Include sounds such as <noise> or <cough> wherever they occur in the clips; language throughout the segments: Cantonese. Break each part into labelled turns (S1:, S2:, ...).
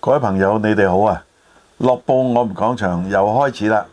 S1: 各位朋友，你哋好啊！樂報我們講場又開始啦，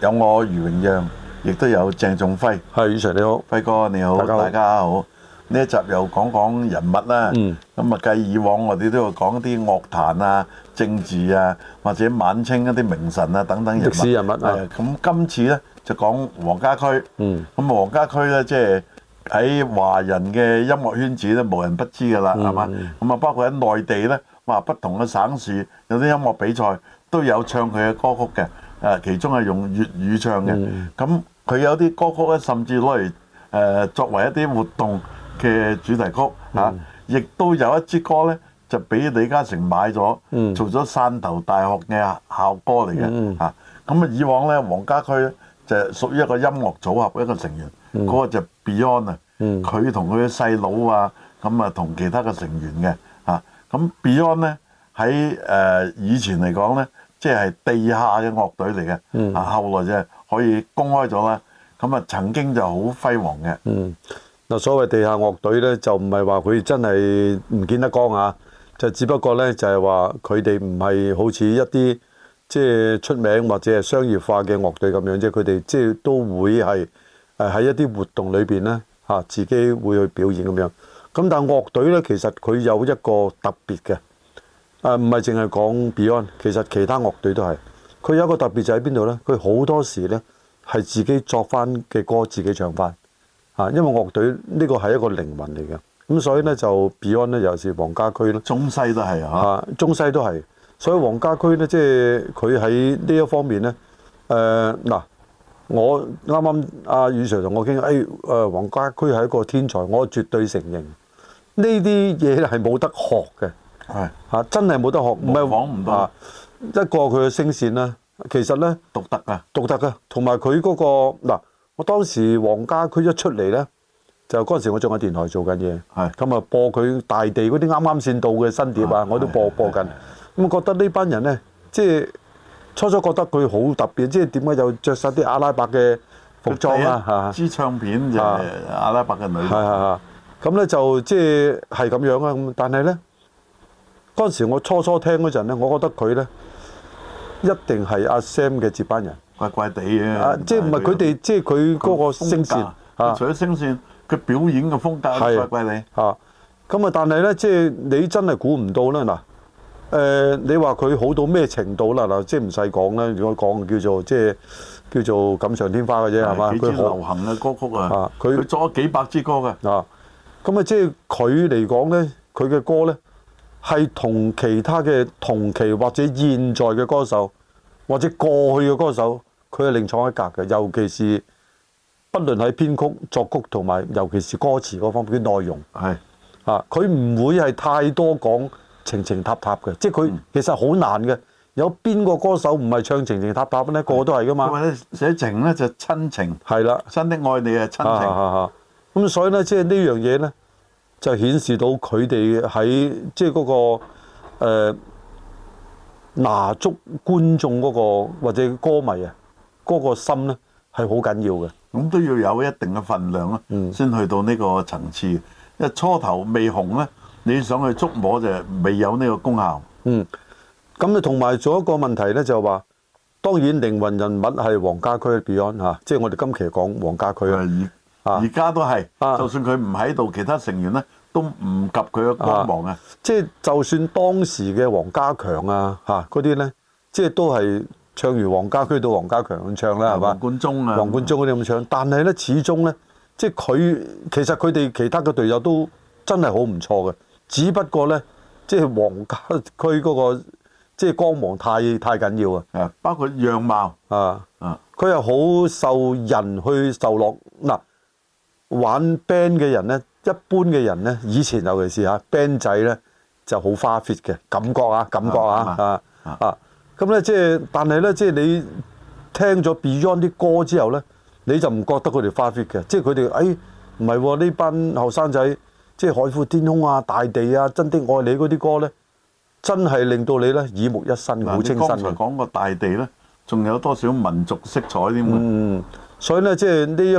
S1: 有我余榮讓，亦都有鄭仲輝。
S2: 係，宇晨你好。
S1: 輝哥你好，
S2: 大家好
S1: 大家好。呢一集又講講人物啦，
S2: 嗯
S1: 咁啊繼以往我哋都要講啲樂壇啊、政治啊，或者晚清一啲名臣啊等等人物。
S2: 歷史人物啊
S1: 係咁今次呢，就講黃家駒。
S2: 嗯，
S1: 咁黃家駒呢，即係喺華人嘅音樂圈子呢，無人不知㗎啦，係嘛、咁啊，包括喺內地呢，哇，不同嘅省市有啲音樂比賽都有唱佢嘅歌曲嘅，誒，其中係用粵語唱嘅。咁佢、有啲歌曲咧，甚至攞嚟誒作為一啲活動嘅主題曲嚇，亦、都有一支歌呢，就俾李嘉誠買咗，
S2: 嗯
S1: 做咗汕頭大學嘅校歌嚟嘅嚇。
S2: 嗯
S1: 啊咁啊，以往咧，黃家駒咧就屬於一個音樂組合一個成員，嗰、個就 Beyond 啊，
S2: 嗯
S1: 佢同佢嘅細佬啊，咁啊同其他嘅成員嘅嚇。咁、Beyond 咧喺誒以前嚟講咧，即係地下嘅樂隊嚟嘅，
S2: 嗯
S1: 啊後來就可以公開咗啦。咁啊曾經就好輝煌嘅，
S2: 嗯，嗱，所謂地下樂隊咧，就唔係話佢真係唔見得光啊，就只不過咧就係話佢哋唔係好似一啲即係出名或者係商業化嘅樂隊咁樣啫，佢哋即係都會係誒喺一啲活動裏邊咧嚇自己會去表演咁樣。咁但係樂隊咧，其實佢有一個特別嘅。誒啊唔係淨係講 Beyond，其實其他樂隊都係。佢有一個特別就喺邊度呢？佢好多時呢係自己作翻嘅歌，自己唱翻嚇。因為樂隊呢個係一個靈魂嚟嘅，咁所以呢，就 Beyond 呢，尤其是黃家駒呢，
S1: 中西都係啊。
S2: 啊中西都係。所以黃家駒呢，即係佢喺呢一方面呢，誒、嗱，我啱啱阿宇 Sir 同我傾，誒、哎、誒、黃家駒係一個天才，我絕對承認。呢啲嘢呢係冇得學嘅。
S1: 係
S2: 嚇，啊真係冇得學，唔係
S1: 模仿唔到
S2: 啊一個佢嘅聲線啦，其實咧
S1: 獨特啊，
S2: 獨特嘅，同埋佢嗰個嗱，我當時黃家駒一出嚟咧，就嗰陣時我仲喺電台做緊嘢，
S1: 係
S2: 咁啊播佢大地嗰啲啱啱先到嘅新碟啊
S1: 啊，
S2: 我都播
S1: 係
S2: 播緊，咁覺得呢班人咧，即係初初覺得佢好特別，即係點解又着晒啲阿拉伯嘅服裝啊嚇？
S1: 支唱片就
S2: 啊
S1: 係阿拉伯嘅女
S2: 係啊係係，咁咧就即係係咁樣啊。咁但係咧，嗰陣時我初初聽嗰陣咧，我覺得佢咧一定係阿 Sam 嘅接班人
S1: 怪怪地嘅。
S2: 啊，即係唔係佢哋即係佢嗰個聲線
S1: 風格
S2: 啊
S1: 除咗聲線，佢表演嘅風格
S2: 係
S1: 都怪
S2: 啊
S1: 怪你。
S2: 啊。咁啊，但係咧，即係你真係估唔到啦嗱。誒、你話佢好到咩程度啦？嗱，即係唔使講啦。如果講叫做即係叫做錦上添花嘅啫，係嘛？
S1: 幾支
S2: 佢好
S1: 流行嘅歌曲啊
S2: 啊，佢
S1: 佢作咗幾百支歌嘅，
S2: 啊，咁啊，即係佢嚟講呢，佢嘅歌呢，係同其他嘅同期或者現在嘅歌手，或者過去嘅歌手，佢係另創一格嘅。尤其是不論喺編曲、作曲同埋，尤其是歌詞嗰方面嘅內容
S1: 係
S2: 啊，佢唔會係太多講情情塔塔嘅，即係佢其實好難嘅。有邊個歌手唔係唱情情塔塔呢？個個都係噶
S1: 因
S2: 嘛，
S1: 為咧寫情咧就親情，
S2: 係啦。
S1: 真的愛你啊親
S2: 啊
S1: 情，
S2: 啊啊咁所以咧，即係呢樣嘢咧，就顯示到佢哋喺即係嗰個、呃、拿足觀眾嗰、個或者歌迷啊嗰、個心咧係好緊要嘅。
S1: 咁都要有一定嘅份量啦，先去到呢個層次。因為初頭未紅咧，你想去觸摸就未有呢個功效。
S2: 嗯，咁啊，同埋仲有一個問題咧，就係話當然靈魂人物係黃家駒 Beyond 嚇、即係我哋今期講黃家駒啊。
S1: 誒而
S2: 啊
S1: 而家都係，
S2: 啊
S1: 就算佢唔喺度，其他成員咧都唔及佢嘅光芒啊。
S2: 即係就算當時嘅黃家強啊嚇嗰啲咧，即係都係唱完黃家駒到黃家強咁唱啦，係嘛
S1: 黃？貫中啊，
S2: 黃貫中嗰啲咁唱，但係咧始終咧，即係佢其實佢哋其他嘅隊友都真係好唔錯嘅，只不過咧，即係黃家駒嗰、個即係光芒太太緊要啊！
S1: 啊，包括樣貌
S2: 啊，
S1: 啊，
S2: 佢又好受人去受落嗱，玩 band 嘅人咧，一般嘅人咧，以前尤其是嚇 band 仔咧就好花 fit 嘅感覺啊，感覺
S1: 啊
S2: 啊
S1: 啊
S2: 啊啊！咁咧即係，但係咧即係你聽咗 Beyond 啲歌之後咧，你就唔覺得佢哋花 fit 嘅，即係佢哋誒唔係喎呢班後生仔，即係海闊天空啊、大地啊、真的愛你嗰啲歌咧，真係令到你咧耳目一新，
S1: 嗱，
S2: 好
S1: 你
S2: 清新
S1: 剛才
S2: 嘅。
S1: 講個大地咧，仲有多少民族色彩添嘅？
S2: 嗯，所以咧，即係呢一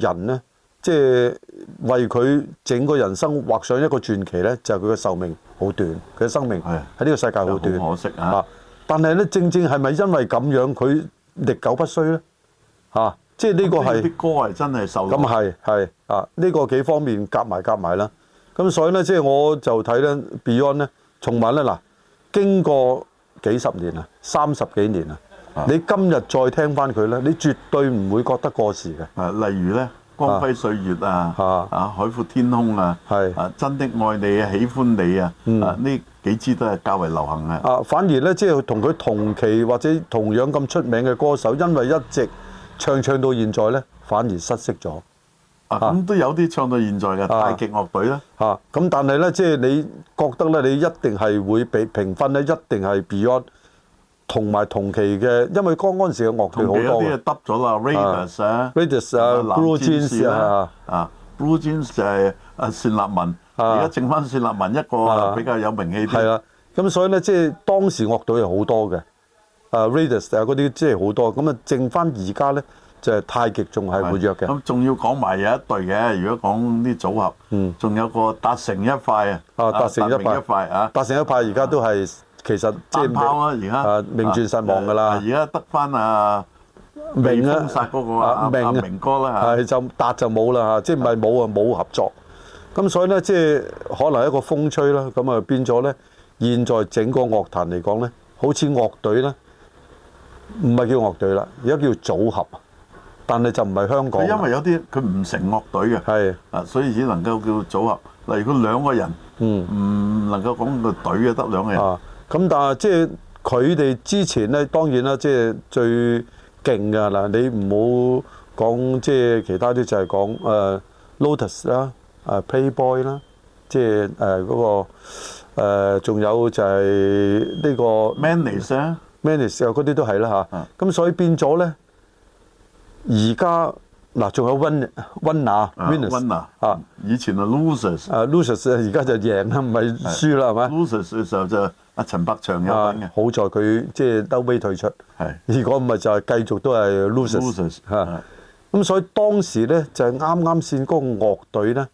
S2: 個人咧，即係為佢整個人生畫上一個傳奇咧，就係佢嘅壽命好好短，佢嘅生命
S1: 係
S2: 喺呢個世界好短，
S1: 好可惜啊
S2: 但係咧，正正係咪因為咁樣佢歷久不衰咧？嚇、即係呢個係。
S1: 啲歌係真係受到
S2: 咁係係啊，呢、個幾方面夾埋夾埋啦。咁所以咧，即係我就睇咧 Beyond 咧，重文咧嗱，經過幾十年啊，三十幾年啊
S1: 啊，
S2: 你今日再聽翻佢咧，你絕對唔會覺得過時嘅。
S1: 啊，例如咧《光輝歲月》啊，
S2: 啊
S1: 啊《海闊天空》啊，
S2: 係
S1: 啊《真的愛你》啊，《喜歡你》啊，
S2: Ừ.
S1: 啊呢幾支都係較為流行嘅。
S2: 啊，反而咧，即係同佢同期或者同樣咁出名嘅歌手，因為一直唱唱到現在咧，反而失色咗。
S1: 啊，咁都有啲唱到現在嘅
S2: 啊
S1: 太極樂隊啦，
S2: 嚇咁，但係咧，即係你覺得咧，你一定係會被評分咧，一定係 Beyond 同埋同期嘅，因為剛嗰陣時嘅樂隊
S1: 同期有
S2: 好多
S1: 啲
S2: 嘅
S1: 啊得咗啦，Raiders 啊
S2: Radius 啊
S1: 藍
S2: à, ，Blue Jeans
S1: 啦
S2: 啊，，
S1: 啊 À, Blue Jeans à, 就係啊單立文，而家剩翻單立文一
S2: 啊
S1: 個比較有名氣
S2: 係
S1: 啲。
S2: 啦，咁所以咧，即係當時樂隊係好多嘅，啊 Radius 啊嗰啲即係好多，咁啊剩翻而家咧就係太極仲係活躍嘅，
S1: 咁仲要講埋有一隊嘅，如果講啲組合，仲有個達成一塊啊，
S2: 啊達成一
S1: 明
S2: 塊
S1: 塊啊，
S2: 達成一派而家都係其實即係
S1: 單拋啊，而家
S2: 啊名存實亡㗎
S1: 啊
S2: 啦
S1: 而，家得翻啊被
S2: 明啊
S1: 封殺嗰個啊啊
S2: 明
S1: 啊
S2: 啊
S1: 明哥啦
S2: 係就達就冇啦嚇，即係唔係冇啊冇合作。咁所以咧，即係可能一個風吹啦，咁啊變咗咧，現在整個樂壇嚟講咧，好似樂隊咧，唔係叫樂隊啦，而家叫組合，但係就唔係香港
S1: 佢因
S2: 啦，
S1: 為有啲佢唔成樂隊嘅，
S2: 係
S1: 啊，所以只能夠叫組合。例如佢兩個人，唔能夠講個隊嘅，得兩個人。
S2: 啊。咁但係即係佢哋之前咧，當然啦，即係最勁㗎嗱，你唔好講即係其他啲，就係講誒 Lotus 啦、誒 Playboy 啦，即係誒嗰個誒呃仲有就係呢個
S1: Manis 啊，
S2: Manis 啊嗰啲都係啦
S1: 嗯
S2: 嚇。咁所以變咗咧，而家嗱仲有温温拿
S1: 啊
S2: Venus
S1: Winner
S2: 啊。
S1: 以前啊 Losers，Losers
S2: 啊 Lucius 而家就贏啦，唔係輸啦，係咪？
S1: 嘅時候就阿陳百祥有份嘅
S2: 啊，，好在佢即係兜尾退出，
S1: 係
S2: 如果唔係就係繼續都係 losers
S1: Losers
S2: 嚇。咁所以當時咧就係啱啱先嗰個樂隊咧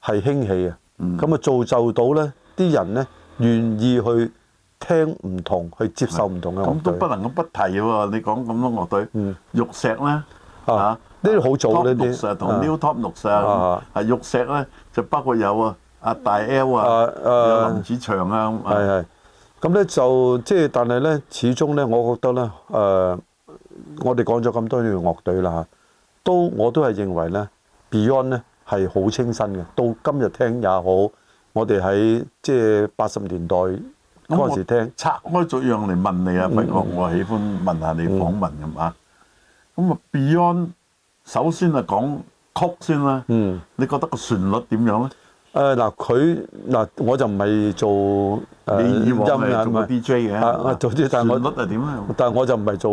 S2: 係興起啊，咁啊造就到咧啲人咧願意去聽唔同，去接受唔同嘅
S1: 咁
S2: 樂
S1: 都不
S2: 隊。
S1: 能夠不提喎。你講咁多樂隊，玉石咧
S2: 啊呢啲好早
S1: Top
S2: 呢啲
S1: Nooks 啊同
S2: 啊
S1: New Top Nooks
S2: 啊
S1: 啊，啊玉石咧就包括有啊阿大 L
S2: 啊
S1: 啊，
S2: 啊
S1: 有林子祥啊，咁
S2: 係
S1: 啊
S2: 係，咁咧就即係，但係咧，始終咧，我覺得咧，誒、我哋講咗咁多年樂隊啦嚇，都我都係認為咧，Beyond 咧係好清新嘅，到今日聽也好，我哋喺即係八十年代嗰
S1: 咁我
S2: 陣時聽，
S1: 拆開逐樣嚟問你啊，不過我喜歡問下你訪問咁啊。咁啊，Beyond 首先啊講曲先啦，
S2: 嗯。
S1: 你覺得個旋律點樣咧？
S2: 誒嗱，佢嗱我就唔係做誒
S1: 你以往係
S2: 唔
S1: 做過 DJ 嘅，
S2: 啊啊做啲但
S1: 旋
S2: 係我
S1: 律係點咧？
S2: 但係我就唔係做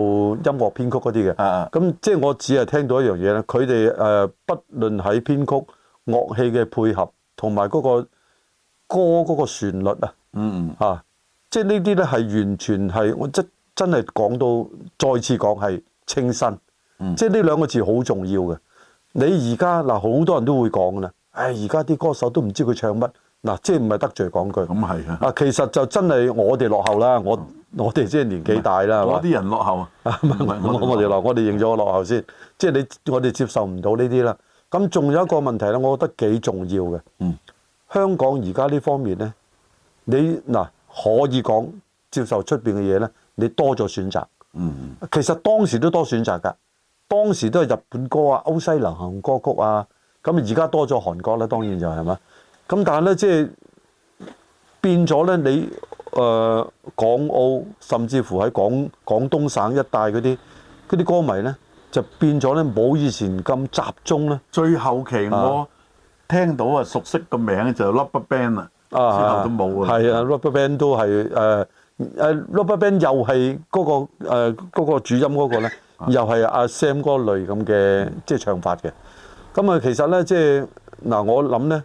S2: 音樂編曲嗰啲嘅。
S1: 啊啊
S2: 咁即係我只係聽到一樣嘢咧，佢哋誒不論喺編曲、樂器嘅配合，同埋嗰個歌嗰個旋律啊，
S1: 嗯
S2: 啊，即係呢啲咧係完全係我真真係講到再次講係清新，
S1: 嗯
S2: 即係呢兩個字好重要嘅。你而家嗱好多人都會講㗎啦，唉而家啲歌手都唔知佢唱乜，嗱即係唔係得罪講句
S1: 嗯，咁係啊。
S2: 啊，其實就真係我哋落後啦，我我哋即係年紀大啦，係嘛
S1: 嗰啲人落後啊，唔係
S2: 我我哋落，我哋認咗個落後先，即係你我哋接受唔到呢啲啦。咁仲有一個問題咧，我覺得幾重要嘅。
S1: 嗯，
S2: 香港而家呢方面咧，你嗱可以講接受出邊嘅嘢咧，你多咗選擇。
S1: 嗯，
S2: 其實當時都多選擇㗎，當時都係日本歌啊、歐西流行歌曲啊，咁而家多咗韓國啦，當然就係嘛。咁但係咧，即係變咗咧，你誒、呃港澳甚至乎喺廣廣東省一帶嗰啲嗰啲歌迷咧，就變咗咧冇以前咁集中咧。
S1: 最後期
S2: 啊
S1: 我聽到啊熟悉個名就 Rubber Band 啦，之後
S2: 啊，
S1: 都冇啊。
S2: 係啊，Rubberband 都係誒誒，Rubberband 又係嗰、個誒嗰、個主音嗰個咧，
S1: 啊
S2: 又係阿 Sam 嗰類咁嘅即係唱法嘅。咁啊，其實咧即係嗱，我諗咧，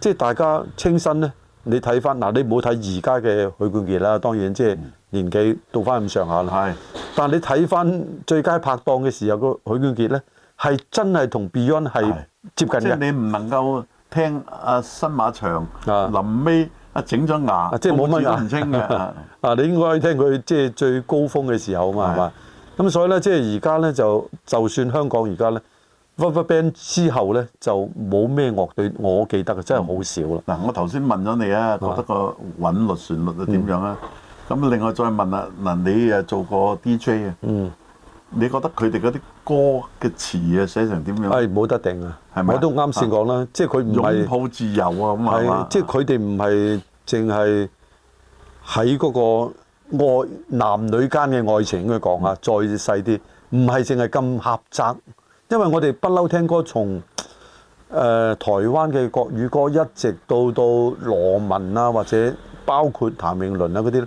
S2: 即係大家清新咧，你睇翻嗱，你唔好睇而家嘅許冠傑啦，當然即
S1: 嗯
S2: 係年紀到翻咁上下啦。
S1: 係
S2: 但係你睇翻最佳拍檔嘅時候個許冠傑咧，係真係同 Beyond 係
S1: 係
S2: 接近
S1: 即係
S2: 嘅。
S1: 你唔能夠聽啊新馬場
S2: 啊
S1: 臨尾啊整咗牙，
S2: 即係冇乜
S1: 口
S2: 牙
S1: 齒唔
S2: <laughs>
S1: 清嘅。
S2: 啊，你應該聽佢即係最高峰嘅時候嘛，係嘛？咁所以咧，即係而家咧就就算香港而家咧 r u b b a n d 之後咧就冇咩樂隊，我記得嘅真係好少啦。
S1: 嗱，我頭先問咗你啊，覺得個韻律旋律啊點樣啊？咁另外再問啦，嗱你誒做過 DJ 啊，
S2: 嗯，
S1: 你覺得佢哋嗰啲歌嘅詞啊寫成點樣？
S2: 係冇得定啊，
S1: 係咪啊
S2: 我都啱先講啦，即係佢唔
S1: 擁
S2: 係。
S1: 抱自由啊咁係嘛
S2: 係，？即係佢哋唔係淨係喺嗰個愛男女間嘅愛情去講啊，再細啲，唔係淨係咁狹窄，因為我哋不嬲聽歌從。誒、台灣嘅國語歌一直到到羅文啊，或者包括譚詠麟啊嗰啲，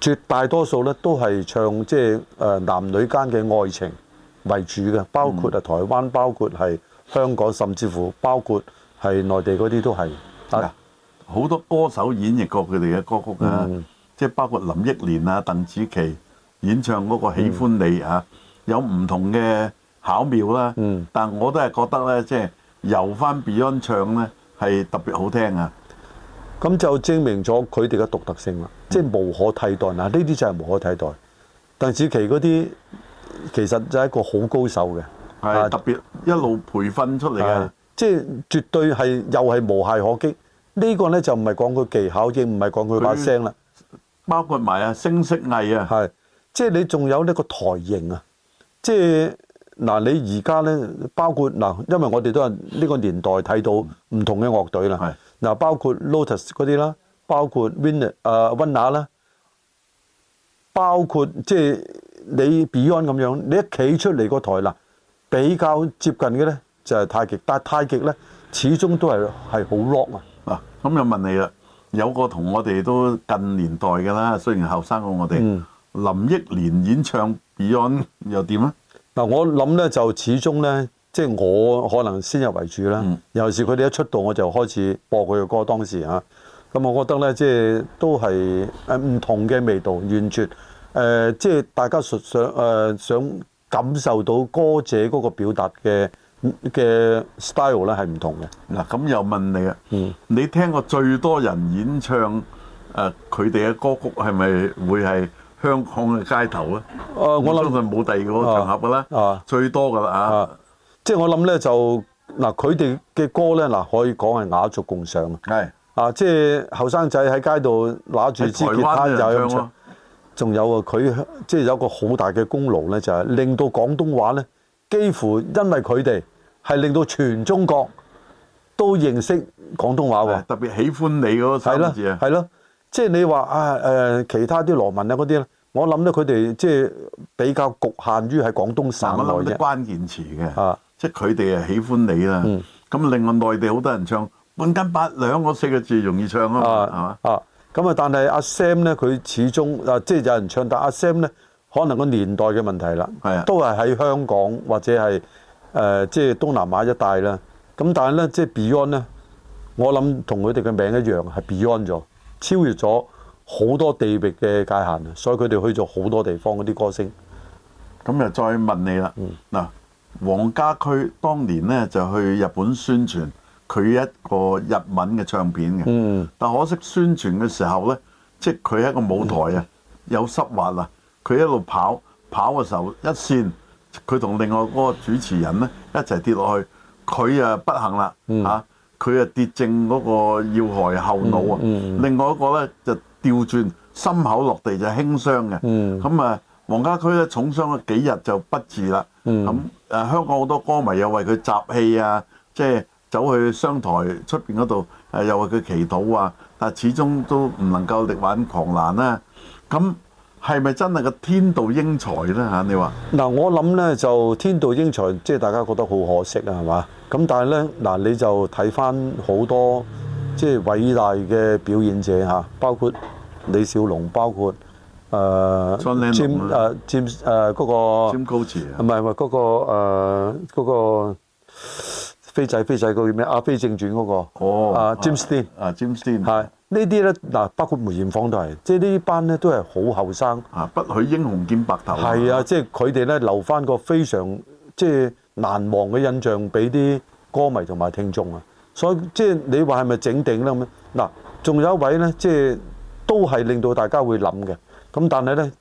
S2: 絕大多數咧都係唱即係誒男女間嘅愛情為主嘅，包括啊台灣，包括係香港，甚至乎包括係內地嗰啲都係。
S1: 嗱
S2: 啊，
S1: 好多歌手演繹過佢哋嘅歌曲啊，
S2: 嗯
S1: 即係包括林憶蓮啊、鄧紫棋演唱嗰個《喜歡你》啊，有唔同嘅巧妙啦。
S2: 嗯
S1: 但我都係覺得咧，即係由翻 Beyond 唱咧係特別好聽啊。
S2: 咁就證明咗佢哋嘅獨特性啦，即係無可替代嗱，呢啲就係無可替代。鄧紫棋嗰啲其實就係一個好高手嘅，
S1: 係特別一路培訓出嚟嘅
S2: 啊，即係絕對係又係無懈可擊。呢個呢就唔係講佢技巧，亦唔係講佢把聲啦，
S1: 包括埋啊聲色藝啊，
S2: 係即係你仲有呢個台型啊，即係嗱你而家呢，包括嗱，因為我哋都係呢個年代睇到唔同嘅樂隊啦，嗱包括 Lotus 嗰啲啦，包括 Win 誒温拿啦，包括即係你 Beyond 咁樣，你一企出嚟個台嗱，比較接近嘅呢就係太極，但係太極呢始終都係係好 rock 啊。
S1: 嗱咁又問你啦，有個同我哋都近年代㗎啦，雖然後生過我哋，
S2: 嗯
S1: 林憶蓮演唱 Beyond 又點啊？
S2: 嗱，我諗咧就始終咧，即係我可能先入為主啦。
S1: 嗯
S2: 尤其是佢哋一出道，我就開始播佢嘅歌。當時啊，咁我覺得咧，即係都係誒唔同嘅味道，完全誒、呃即係大家想想誒、呃想感受到歌者嗰個表達嘅嘅 style 咧係唔同嘅。
S1: 嗱，咁又問你啊，
S2: 嗯
S1: 你聽過最多人演唱誒佢哋嘅歌曲係咪會係香港嘅街頭啊？
S2: 誒、呃我諗
S1: 相。信冇第二個場合㗎啦，
S2: 啊
S1: 最多㗎啦啊
S2: 啊！即係我諗咧就嗱，佢哋嘅歌咧嗱，可以講係雅俗共賞啊。
S1: 係
S2: 啊，即係後生仔喺街度揦住支吉
S1: 喺台灣
S2: 他
S1: 都有
S2: 就
S1: 人唱
S2: 咁
S1: 喎
S2: 唱，仲有啊，佢即係有一個好大嘅功勞咧，就係、令到廣東話咧，幾乎因為佢哋係令到全中國都認識廣東話喎
S1: 係。特別喜歡你嗰個
S2: 係
S1: 三個
S2: 咯，
S1: 字啊！
S2: 啊係咯，即係你話啊誒、其他啲羅文啊嗰啲咧，我諗咧佢哋即係比較局限於喺廣東省
S1: 嗱，我諗
S2: 內
S1: 啲
S2: 啫。
S1: 關鍵詞嘅，
S2: 啊嗯
S1: 即係佢哋係喜歡你啦。咁另外內地好多人唱半斤八兩嗰四個字容易唱啊嘛，係嘛
S2: 啊？啊！咁啊，但係阿 Sam 咧，佢始終啊，即係有人唱，但阿 Sam 咧，可能個年代嘅問題啦，
S1: 係啊
S2: 都係喺香港或者係誒、呃即係東南亞一帶啦。咁但係咧，即係 Beyond 咧，我諗同佢哋嘅名一樣，係 Beyond 咗，超越咗好多地域嘅界限啊！所以佢哋去咗好多地方嗰啲歌星。
S1: 咁又再問你啦，
S2: 嗯
S1: 嗱、黃家駒當年呢就去日本宣傳佢一個日文嘅唱片嘅，
S2: 嗯
S1: 但可惜宣傳嘅時候呢，即係佢喺個舞台啊、有濕滑啊，佢一路跑跑嘅時候一跣，佢同另外嗰個主持人呢一齊跌落去，佢啊不幸啦
S2: 嗯
S1: 嚇，啊佢啊跌正嗰個要害後腦啊，
S2: 嗯
S1: 另外一個呢就調轉心口落地就輕傷嘅。
S2: 嗯
S1: 咁啊，黃家駒咧重傷咗幾日就不治啦。
S2: 嗯
S1: 咁誒、香港好多歌迷又為佢集氣啊，即係走去商台出邊嗰度誒，又為佢祈禱啊。但係始終都唔能夠力挽狂瀾啦、咁係咪真係個天妒英才咧嚇？你話
S2: 嗱，我諗咧就天妒英才，即係大家覺得好可惜啊，係嘛？咁但係咧，嗱你就睇翻好多即係偉大嘅表演者嚇，包括李小龍，包括呃誒
S1: John Lennon 啊
S2: 誒 James 誒呃嗰個
S1: 詹高池啊
S2: 唔？係唔係嗰個誒嗰個飛仔飛仔嗰個叫咩？阿飛正傳嗰個
S1: 哦，
S2: 啊 James Dean。
S1: 啊，James Dean
S2: 係呢啲咧，嗱，包括梅艷芳都係，即係呢班咧都係好後生，
S1: 啊，不許英雄見白頭。
S2: 係啊，，即係佢哋咧留翻個非常即係難忘嘅印象俾啲歌迷同埋聽眾啊。所以即係你話係咪整定咧咁樣？嗱，仲有一位呢，即係都係令到大家會諗嘅。咁但係呢，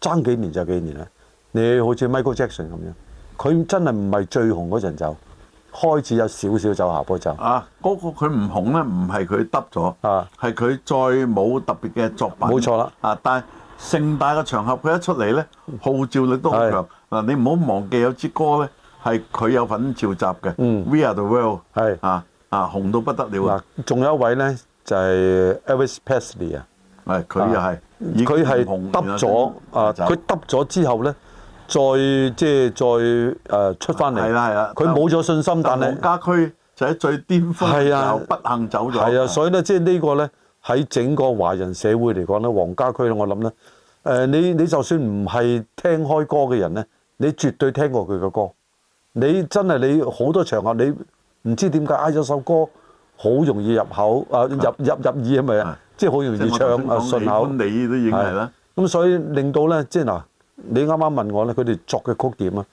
S2: 爭幾年就幾年啦。你好似 Michael Jackson 咁樣，佢真係唔係最紅嗰陣就開始有少少走下坡走。
S1: 啊，嗰、個佢唔紅咧，唔係佢得咗，
S2: 啊
S1: 係佢再冇特別嘅作品。
S2: 冇錯啦。嗯
S1: 啊，但係盛大嘅場合佢一出嚟咧，號召力都好強。嗱，你唔好忘記有支歌咧係佢有份召集嘅。
S2: 嗯
S1: We Are The World
S2: 係
S1: 啊啊，紅到不得了
S2: 嗱
S1: 啊！，
S2: 仲有一位呢，就係、Elvis Presley 啊。
S1: 係佢又係，已經
S2: 佢係
S1: 唔紅
S2: 揼咗啊！
S1: 然後
S2: 佢揼咗之後咧，再即係再誒、呃出翻嚟。
S1: 係啦係啦
S2: 佢冇咗信心，
S1: 但
S2: 但係
S1: 黃家駒就喺最巔峰嘅
S2: 係
S1: 時
S2: 啊
S1: 候不幸走咗。
S2: 係啊，所以咧，即係呢個咧喺整個華人社會嚟講咧，黃家駒咧，我諗咧誒，你你就算唔係聽開歌嘅人咧，你絕對聽過佢嘅歌。你真係你好多場合，你唔知點解嗌咗首歌好容易入口啊，入入入耳係咪啊
S1: 啊？
S2: 即係好容易唱啊順口。
S1: 你都已經係啦。
S2: 咁所以令到咧，即係嗱，你啱啱問我咧，佢哋作嘅曲點啊？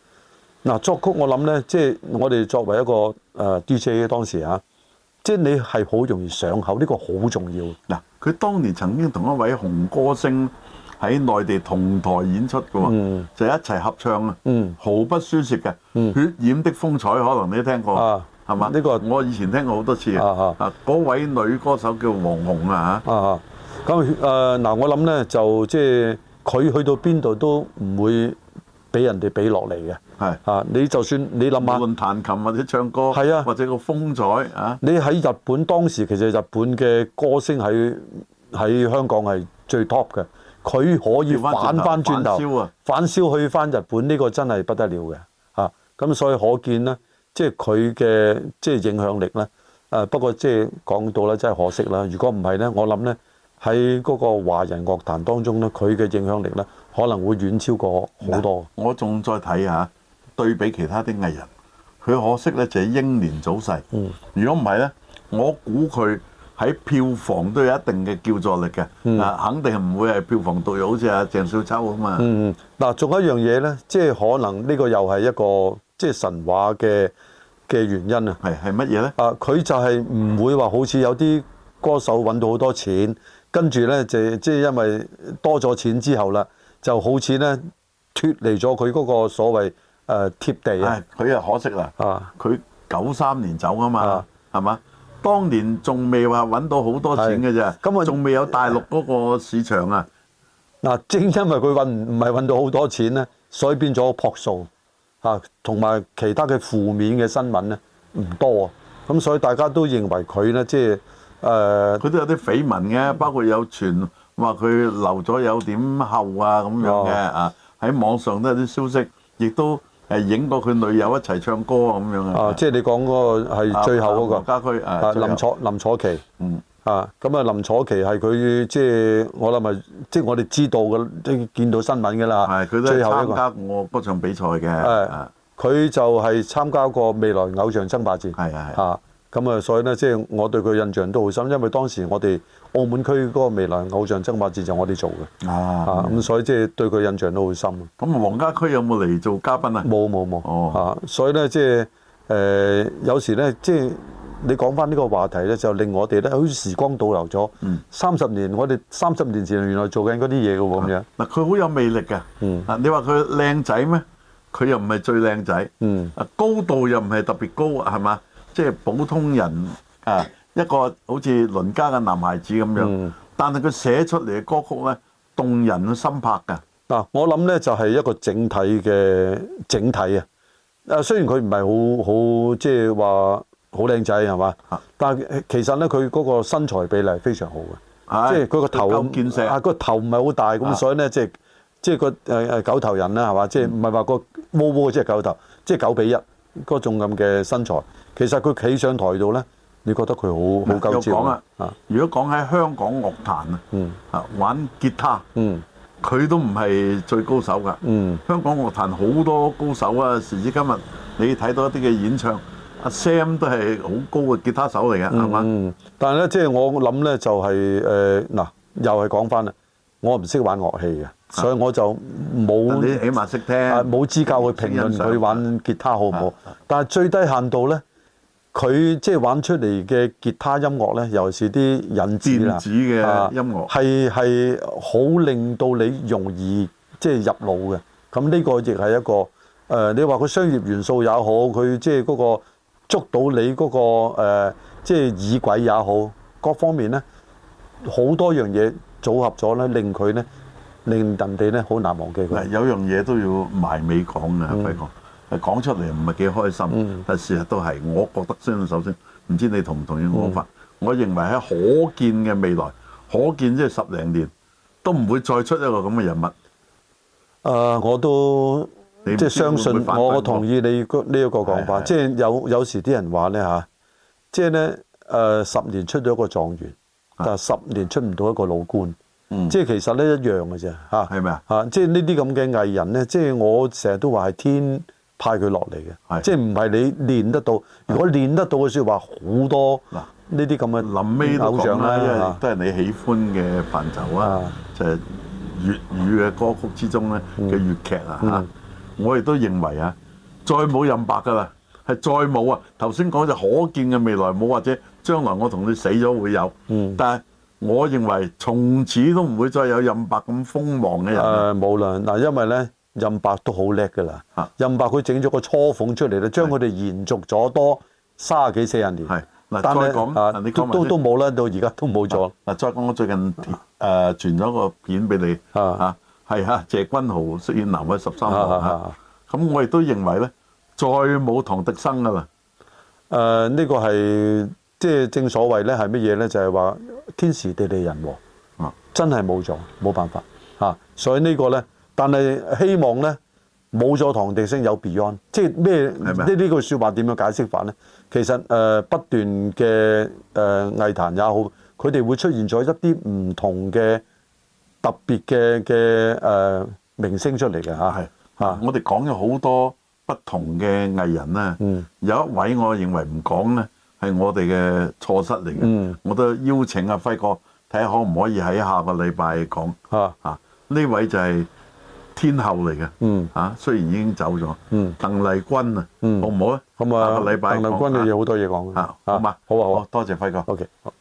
S2: 嗱，作曲我諗咧，即係我哋作為一個誒、呃 DJ 當時啊，即係你係好容易上口，呢、個好重要。
S1: 嗱，佢當年曾經同一位紅歌星喺內地同台演出嘅喎，
S2: 嗯
S1: 就一齊合唱啊，
S2: 嗯
S1: 毫不輸蝕嘅，
S2: 嗯
S1: 血染的風采可能你都聽過，
S2: 啊
S1: 係嘛？
S2: 呢個
S1: 我以前聽過好多次
S2: 啊
S1: 啊，嗰位女歌手叫黃紅啊
S2: 啊，咁誒嗱，我諗咧就即係佢去到邊度都唔會俾人哋俾落嚟嘅。
S1: 嚇，係
S2: 啊，你就算你諗下
S1: 無。論彈琴或者唱歌，
S2: 係啊
S1: 或者個風采啊，
S2: 你喺日本當時其實日本嘅歌星喺喺香港係最 top 嘅，佢可以
S1: 調返轉頭
S2: 反翻轉頭
S1: 反燒啊
S2: 反燒去翻日本呢、個真係不得了嘅嚇。咁、所以可見呢，即係佢嘅即係影響力呢。誒、不過即係講到咧，真係可惜啦。如果唔係呢，我諗呢，喺嗰個華人樂壇當中呢，佢嘅影響力呢，可能會遠超過好多。
S1: 我仲再睇下對比其他啲藝人，佢可惜咧就係英年早逝。
S2: 嗯
S1: 如果唔係咧，我估佢喺票房都有一定嘅叫助力嘅。啊，肯定唔會係票房毒藥，好似阿鄭少秋咁啊。
S2: 嗯，嗱，仲有一樣嘢咧，即係可能呢個又係一個即係神話嘅嘅原因啊！
S1: 係係乜嘢咧？
S2: 啊，佢就係唔會話好似有啲歌手揾到好多錢，跟住咧就即係因為多咗錢之後啦，就好似咧脱離咗佢嗰個所謂誒、呃、貼地啊！
S1: 唉，佢啊可惜啦。
S2: 啊，
S1: 佢九三年走啊嘛
S2: 啊，
S1: 係嘛？當年仲未話揾到好多錢嘅啫，
S2: 係咁啊
S1: 仲未有大陸嗰個市場啊。
S2: 嗱，正因為佢揾唔係揾到好多錢咧，所以變咗樸素啊，同埋其他嘅負面嘅新聞咧唔多啊，咁所以大家都認為佢咧即係誒。呃
S1: 佢都有啲緋聞嘅，包括有傳話佢留咗有點後啊咁樣嘅啊，喺網上都有啲消息，亦都誒影過佢女友一齊唱歌啊咁樣
S2: 啊，即係你講嗰個係最後嗰、
S1: 啊黃家駒
S2: 個
S1: 啊
S2: 啊，
S1: 最後
S2: 林楚林楚琪，
S1: 嗯
S2: 啊，咁啊林楚琪係佢即係我諗係即係我哋知道嘅，即係見到新聞㗎啦。
S1: 係佢都係
S2: 最後一
S1: 參
S2: 個
S1: 加過歌唱比賽嘅，
S2: 誒
S1: 啊，
S2: 佢就係參加過未來偶像爭霸戰。
S1: 係啊係
S2: 啊，咁啊，所以咧，即係我對佢印象都好深，因為當時我哋澳門區嗰個未來偶像爭霸戰就我哋做嘅。
S1: 啊
S2: 啊，咁所以即係對佢印象都好深。
S1: 咁黃家駒有冇嚟做嘉賓啊？
S2: 冇冇冇，
S1: 哦
S2: 啊，所以咧即係誒有時咧即係你講翻呢個話題咧，就令我哋咧好似時光倒流咗
S1: 嗯
S2: 三十年，我哋三十年前原來做緊嗰啲嘢嘅喎咁樣，
S1: 嗱，佢好有魅力嘅。
S2: 嗯
S1: 啊，你話佢靚仔咩？佢又唔係最靚仔。
S2: 嗯
S1: 啊，高度又唔係特別高，啊係嘛？即係普通人啊，一個好似鄰家嘅男孩子咁樣。
S2: 嗯
S1: 但係佢寫出嚟嘅歌曲咧，動人心魄㗎。
S2: 嗱、啊我諗咧就係一個整體嘅整體啊。誒，雖然佢唔係好好即係話好靚仔係嘛
S1: 啊，
S2: 但係其實咧佢嗰個身材比例係非常好嘅。
S1: 啊係
S2: 即係佢個頭
S1: 夠健碩
S2: 啊，個頭唔係好大，咁
S1: 啊
S2: 所以咧，即係即係個誒誒九頭人啦，係嘛？即係
S1: 嗯
S2: 唔係話個毛毛即係九頭，即係九比一嗰種咁嘅身材。其實佢企上台度咧，你覺得佢好好
S1: 又
S2: 夠
S1: 講
S2: 招
S1: 啊
S2: 啊！啊，
S1: 如果講喺香港樂壇啊，
S2: 嗯
S1: 啊玩吉他，
S2: 嗯
S1: 佢都唔係最高手㗎。
S2: 嗯
S1: 香港樂壇好多高手啊！時至今日，你睇到一啲嘅演唱，阿 Sam 都係好高嘅吉他手嚟嘅，係嘛？
S2: 嗯，但係咧，即係我諗咧，就係誒嗱，又係講翻啦，我唔識玩樂器嘅，所以我就冇
S1: 啊你起碼識聽，
S2: 啊冇資格去評論
S1: 識欣賞
S2: 佢玩吉他好唔好，但係最低限度咧，佢即係玩出嚟嘅吉他音樂咧，尤其是啲引子啦，
S1: 電子嘅
S2: 啊
S1: 音樂
S2: 係係好令到你容易即係入腦嘅。咁呢個亦係一個誒、呃你話佢商業元素也好，佢即係嗰個捉到你嗰、個、呃、即係耳軌也好，各方面咧好多樣嘢組合咗咧，令佢咧令人哋咧好難忘記
S1: 嗱，
S2: 佢。
S1: 有樣嘢都要埋尾講嘅，
S2: 嗯
S1: 輝哥，啊講出嚟唔係幾開心，但事實都係，我覺得先首先，唔知你同唔同意
S2: 嗯
S1: 我講法？我認為喺可見嘅未來，可見即係十零年，都唔會再出一個咁嘅人物。
S2: 誒、啊我都
S1: 你唔
S2: 即
S1: 知
S2: 係相
S1: 會
S2: 信
S1: 唔會，反
S2: 我
S1: 反
S2: 我同意你個呢一個講法，
S1: 係係
S2: 即係有有時啲人話咧嚇，即係咧誒十年出咗一個狀元，但係十年出唔到一個老官，
S1: 啊嗯
S2: 即係其實咧一樣嘅啫嚇，
S1: 係咪啊
S2: 嚇，即係呢啲咁嘅藝人咧，即係我成日都話係天派佢落嚟嘅，
S1: 係
S2: 即係唔係你練得到，如果練得到嘅説話，好多
S1: 嗱
S2: 呢啲咁嘅
S1: 臨尾都
S2: 偶像
S1: 講啦，因為
S2: 嚇
S1: 都係你喜歡嘅範疇啊
S2: 啊，
S1: 就係粵語嘅歌曲之中咧嘅粵劇啊嚇
S2: 嗯，
S1: 我亦都認為啊，再冇任白噶啦，係再冇啊！頭先講就可見嘅未來冇，或者將來我同你死咗會有，
S2: 嗯
S1: 但係我認為從此都唔會再有任白咁鋒芒嘅人啊。
S2: 誒冇啦，呃嗱，因為咧任白都好叻噶啦
S1: 啊，
S2: 任白佢整咗個雛鳳出嚟咧，將佢哋延續咗多三十幾四十年。
S1: 係嗱
S2: 但
S1: 再講
S2: 係啊
S1: 嗱你講埋先啊
S2: 都都都冇啦，到而家都冇咗。
S1: 嗱，再講我最近誒傳咗個片俾你
S2: 啊
S1: 啊，係啊，謝君豪飾演南海十三
S2: 啊
S1: 號
S2: 啊
S1: 啊
S2: 啊，
S1: 咁我亦都認為咧，再冇唐迪生噶啦，
S2: 誒呃呢個係即係正所謂咧係乜嘢咧？就係話天時地利人和。
S1: 啊，
S2: 真係冇咗，冇辦法嚇、啊所以呢個呢，但係希望呢，冇咗唐地星有 Beyond，即係咩
S1: 係咪
S2: 呢？呢句説話點樣解釋法呢？其實誒、呃不斷嘅誒、呃、藝壇也好，佢哋會出現咗一啲唔同嘅特別嘅嘅誒明星出嚟嘅嚇。
S1: 係
S2: 啊
S1: 我哋講咗好多不同嘅藝人啦，
S2: 嗯
S1: 有一位我認為唔講咧係我哋嘅錯失嚟嘅
S2: 嗯，
S1: 我都邀請阿輝哥睇下可唔可以喺下個禮拜講
S2: 嚇
S1: 啊，呢位就係天后嚟嘅，
S2: 嗯
S1: 啊，雖然已經走咗，
S2: 嗯
S1: 鄧麗君啊，
S2: 嗯
S1: 好唔好啊？
S2: 咁啊，
S1: 下個禮拜
S2: 鄧麗君
S1: 講
S2: 嘅嘢好多嘢講嘅
S1: 啊，好嘛，
S2: 好啊好啊
S1: 多謝輝哥。
S2: ，OK 好。